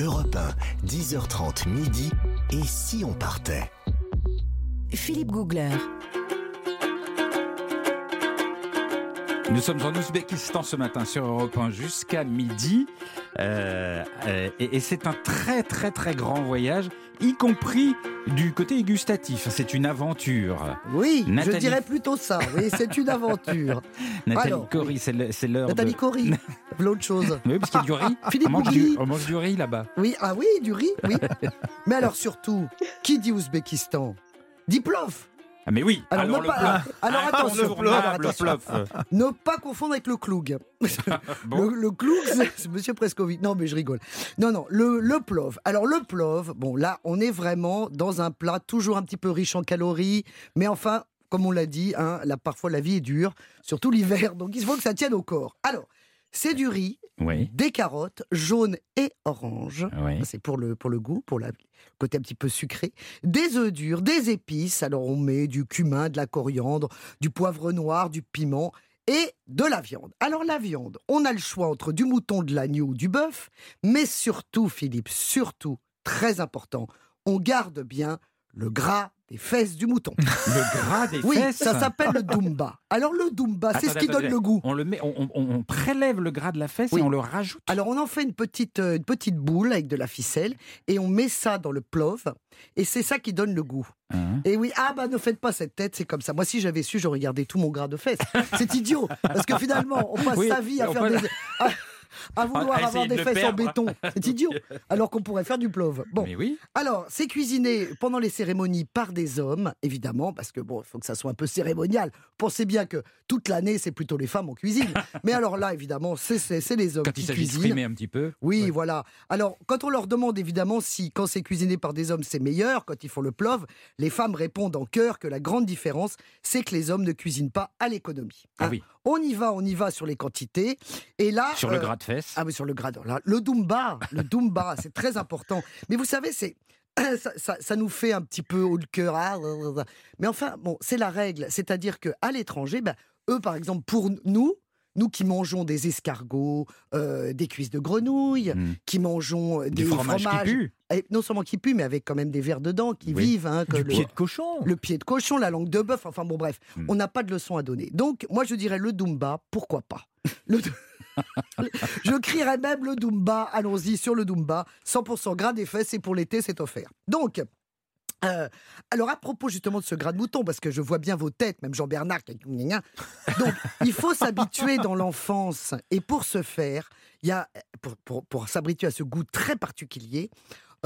Europe 1, 10h30 midi. Et si on partait Philippe Googler. Nous sommes en Ouzbékistan ce matin sur Europe 1 jusqu'à midi. Euh, euh, et, et c'est un très très très grand voyage, y compris du côté gustatif. C'est une aventure. Oui, Nathalie- je dirais plutôt ça. Oui, c'est une aventure. Nathalie Alors, Cory, c'est le- c'est l'heure. Nathalie de... Cory, l'autre chose. Oui, parce qu'il y a du riz. Philippe on, mange du, Bougli. on mange du riz là-bas. Oui, ah oui, du riz, oui. Mais alors surtout, qui dit Ouzbékistan dit plof. Ah, mais oui. Alors, ne le pas- plat. alors, attention, incontournable, alors, attention. le plof. Ne pas confondre avec le cloug. Bon. Le, le cloug, c'est- c'est Monsieur Prescovic. Non, mais je rigole. Non, non, le, le plov. Alors, le plov, bon, là, on est vraiment dans un plat toujours un petit peu riche en calories, mais enfin, comme on l'a dit, hein, là, parfois la vie est dure, surtout l'hiver, donc il faut que ça tienne au corps. Alors, c'est du riz, Oui. des carottes jaunes et oranges. Oui. Ça, C'est pour le, pour le goût, pour la- le côté un petit peu sucré. Des œufs durs, des épices. Alors on met du cumin, de la coriandre, du poivre noir, du piment et de la viande. Alors la viande, on a le choix entre du mouton, de l'agneau ou du bœuf. Mais surtout, Philippe, surtout, très important, on garde bien le gras des fesses du mouton. Le gras des Oui, fesses. ça s'appelle le doumba. Alors le doumba, c'est ce Attendez, qui donne attendez. le goût. On le met, on, on- on prélève le gras de la fesse Oui. et on le rajoute. Alors on en fait une petite, euh, une petite boule avec de la ficelle et on met ça dans le plov et c'est ça qui donne le goût. Hein Et oui, ah bah ne faites pas cette tête, c'est comme ça. Moi si j'avais su, j'aurais gardé tout mon gras de fesses. C'est idiot parce que finalement on passe Oui, sa vie à on faire peut- des... à- à vouloir essayer avoir de des le fesses perdre. en béton. C'est idiot. Alors qu'on pourrait faire du plov. Bon, Mais oui. alors, c'est cuisiné pendant les cérémonies par des hommes, évidemment, parce que bon, il faut que ça soit un peu cérémonial. Pensez bien que toute l'année, c'est plutôt les femmes en cuisine. Mais alors là, évidemment, c'est- c'est c'est les hommes Quand il qui s'agit de cuisinent. frimer un petit peu. Oui, Ouais. voilà. Alors, quand on leur demande évidemment si, quand c'est cuisiné par des hommes, c'est meilleur, quand ils font le plov, les femmes répondent en chœur que la grande différence, c'est que les hommes ne cuisinent pas à l'économie. Ah Hein. oui. On y va, on y va sur les quantités. Et là. Sur le euh, gras de fesse. ah, mais sur le gradin, là. Le Doumba, le Doumba, c'est très important. Mais vous savez, c'est. Ça, ça- ça nous fait un petit peu haut le cœur. ah, blablabla. Mais enfin, bon, c'est la règle. C'est-à-dire qu'à l'étranger, ben, eux, par exemple, pour nous, nous qui mangeons des escargots, euh, des cuisses de grenouille, Mm. qui mangeons euh, des Du fromage fromages, qui pue. et non seulement qui puent, mais avec quand même des vers dedans qui Oui. vivent. hein, que Du le- pied de cochon. le pied de cochon, la langue de bœuf, enfin bon bref, Oh. Hmm. on n'a pas de leçon à donner. Donc moi je dirais le Doumba, pourquoi pas Le dou- Je crierais même le Doumba, allons-y sur le Doumba, 100% gras des fesses et pour l'été c'est offert. Donc, euh, alors à propos justement de ce gras de mouton, parce que je vois bien vos têtes, même Jean-Bernard, qui- gna gna. donc il faut s'habituer dans l'enfance et pour ce faire, il y a, pour, pour- pour s'habituer à ce goût très particulier,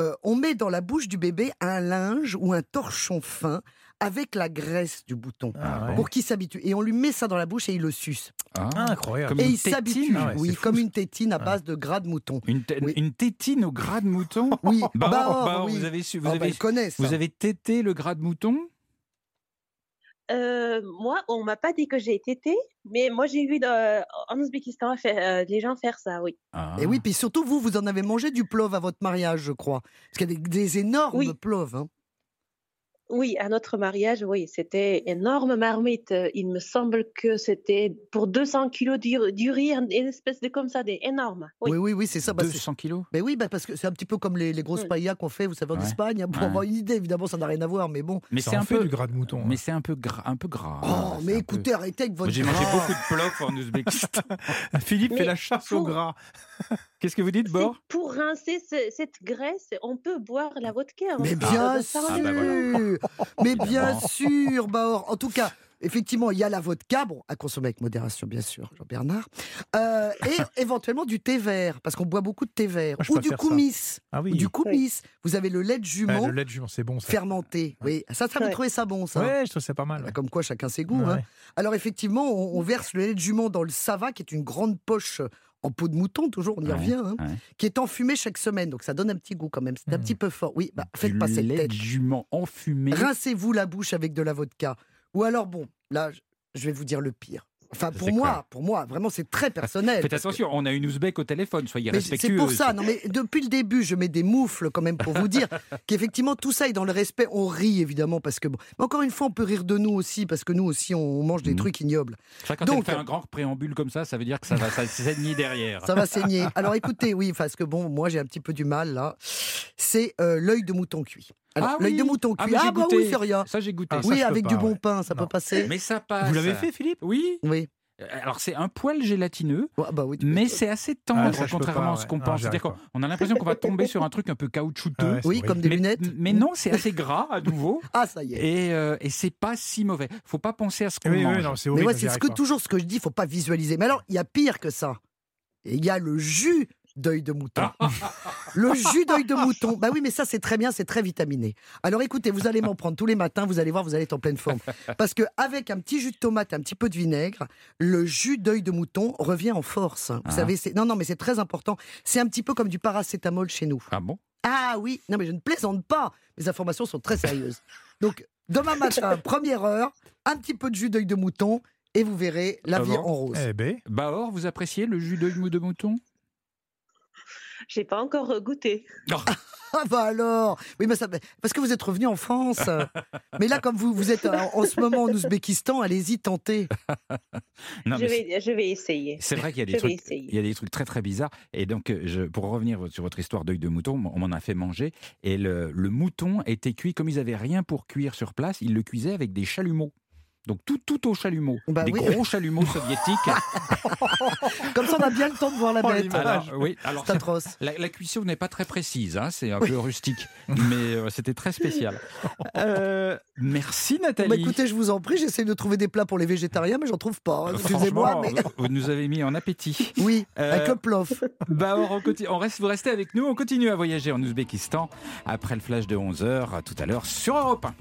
euh, on met dans la bouche du bébé un linge ou un torchon fin avec la graisse du bouton Ah, ouais. pour qu'il s'habitue. Et on lui met ça dans la bouche et il le suce. Ah. Incroyable. Comme et une il tétine. s'habitue, Ah ouais, oui, c'est fou, comme ça. une tétine Ah. à base de gras de mouton. Une, té- Oui. une tétine au gras de mouton Oui, Bah, bah, or, bah, or, oui. vous avez su, vous Ah, bah, avez, ils connaissent. vous ça. Eh avez tété le gras de mouton Euh, moi, on m'a pas dit que j'ai tété, mais moi j'ai vu dans- en Ouzbékistan à faire- euh, les gens faire ça, oui. Ah. Et oui, puis surtout, vous, vous en avez mangé du plov à votre mariage, je crois. Parce qu'il y a des, des énormes Oui. plovs. hein. Oui, à notre mariage, oui, c'était énorme marmite. Euh, Il me semble que c'était pour 200 kilos du, du riz, un- une espèce de comme ça, des énormes. Oui. Oui, oui, oui, c'est ça. bah, c'est- 200 kilos mais oui, bah, parce que c'est un petit peu comme les, les grosses Mm. paillas qu'on fait, vous savez, en Ouais. Espagne, hein, pour Ouais. avoir une idée. Évidemment, ça n'a rien à voir, mais bon. Mais Ça c'est en un fait peu, du gras de mouton. hein. mais c'est un peu gras, un peu gras. hein, oh, c'est mais un écoutez, arrêtez avec peu- votre. Ah. j'ai mangé gras. beaucoup de plofs en Ouzbékistan. Philippe fait Mais la chasse au fou. gras. Qu'est-ce que vous dites, C'est Bor Pour rincer ce- cette graisse, on peut boire la vodka. on Mais peut bien boire sûr, ça. Ah, bah voilà. mais bien Évidemment. sûr, Bahor. En tout cas, effectivement, il y a la vodka, bon, à consommer avec modération, bien sûr, Jean-Bernard, Euh, et éventuellement du thé vert, parce qu'on boit beaucoup de thé vert, Ah, je ou du préfère ça. kumis, Ah oui. ou du kumis. Vous avez le lait de Ah, jument le lait de jument, c'est bon. Ça. fermenté. Oui, ça, ça vous Ouais. trouvez ça bon, ça Ouais, je trouve ça pas mal. Bah, ouais. Comme quoi, chacun ses goûts. Ouais, hein. ouais. Alors effectivement, on, on verse le lait de jument dans le sava, qui est une grande poche en peau de mouton, toujours, on y Ouais, revient, hein, ouais. qui est enfumée chaque semaine. Donc ça donne un petit goût quand même. C'est un Mm. petit peu fort. Oui, bah, faites Du pas cette lait tête. de jument enfumé. Rincez-vous la bouche avec de la vodka. Ou alors, bon, là, je- je vais vous dire le pire. Enfin, pour C'est moi, clair. pour moi, vraiment, c'est très personnel. Faites attention, on a une ouzbek au téléphone, soyez Mais c'est respectueux. pour ça, non mais depuis le début, je mets des moufles quand même pour vous dire qu'effectivement tout ça est dans le respect. On rit évidemment parce que bon, mais encore une fois, on peut rire de nous aussi parce que nous aussi on mange des Mhm. trucs ignobles. C'est vrai, quand Donc- elle fait un grand préambule comme ça, ça veut dire que ça va ça saigner derrière. Ça va saigner. Alors écoutez, oui, parce que bon, moi j'ai un petit peu du mal là. C'est euh, l'œil de mouton cuit. Alors, Ah l'œil oui. de mouton Ah, cuit. mais Ah, j'ai bah goûté. oui, c'est rien. Ça, j'ai goûté. Ah, ça, oui, je peux avec pas, du bon ouais. pain, ça peut Non. passer. Mais Ah, ça passe. Vous l'avez fait, Philippe Oui. Oui. Alors, c'est un poil gélatineux. Ouais, bah oui. tu peux- Mais c'est assez Ah, tendre, ça, je peux contrairement pas, à ce qu'on ouais. Non, pense. j'y arrive C'est-à-dire qu'on on a l'impression qu'on va tomber sur un truc un peu caoutchouteux. Ah ouais, c'est oui, comme horrible. des mais, lunettes. mais non, c'est assez gras à nouveau. Ah, ça y est. Et, euh, et c'est pas si mauvais. Faut pas penser à ce qu'on Oui, mange. oui, non, c'est Mais horrible. moi, j'y c'est ce arrive que pas. toujours ce que je dis, faut pas visualiser. Mais alors, il y a pire que ça. Il y a le jus d'œil de mouton. le jus d'œil de mouton. Bah oui, mais ça, c'est très bien, c'est très vitaminé. Alors écoutez, vous allez m'en prendre tous les matins, vous allez voir, vous allez être en pleine forme. Parce que avec un petit jus de tomate, un petit peu de vinaigre, le jus d'œil de mouton revient en force. Vous Ah. savez, c'est... non, non, mais c'est très important. C'est un petit peu comme du paracétamol chez nous. Ah bon Ah oui, non mais je ne plaisante pas. Mes informations sont très sérieuses. Donc demain matin, première heure, un petit peu de jus d'œil de mouton et vous verrez la Ah vie bon en rose. Eh ben, Bah or, vous appréciez le jus d'œil mou de mouton J'ai pas encore euh, goûté. Ah bah alors Oui mais ça parce que vous êtes revenu en France. mais là comme vous vous êtes en, en ce moment en Ouzbékistan, allez-y tentez. Non, je, mais vais, je vais essayer. c'est- c'est vrai qu'il y a des Je vais trucs. Il y essayer. a des trucs très très bizarres. Et donc, euh, je, pour revenir sur votre histoire d'œil de mouton, on m'en a fait manger. Et le, le mouton était cuit, comme ils n'avaient rien pour cuire sur place, ils le cuisaient avec des chalumeaux. Donc tout, tout au chalumeau. Bah des oui. gros chalumeaux soviétiques. Comme ça on a bien le temps de voir la Oh, bête. l'image. alors, Ah, oui, alors C'est atroce. la, la cuisson n'est pas très précise, hein, c'est un peu rustique, mais euh, c'était très spécial. Euh, merci Nathalie. Bah écoutez, je vous en prie, j'essaie de trouver des plats pour les végétariens mais j'en trouve pas. hein. Excusez-moi mais Euh, Franchement, vous nous avez mis en appétit. oui, Euh, avec le plof. Bah, on, continue- on reste, vous restez avec nous, on continue à voyager en Ouzbékistan après le flash de 11h, tout à l'heure sur Europe 1.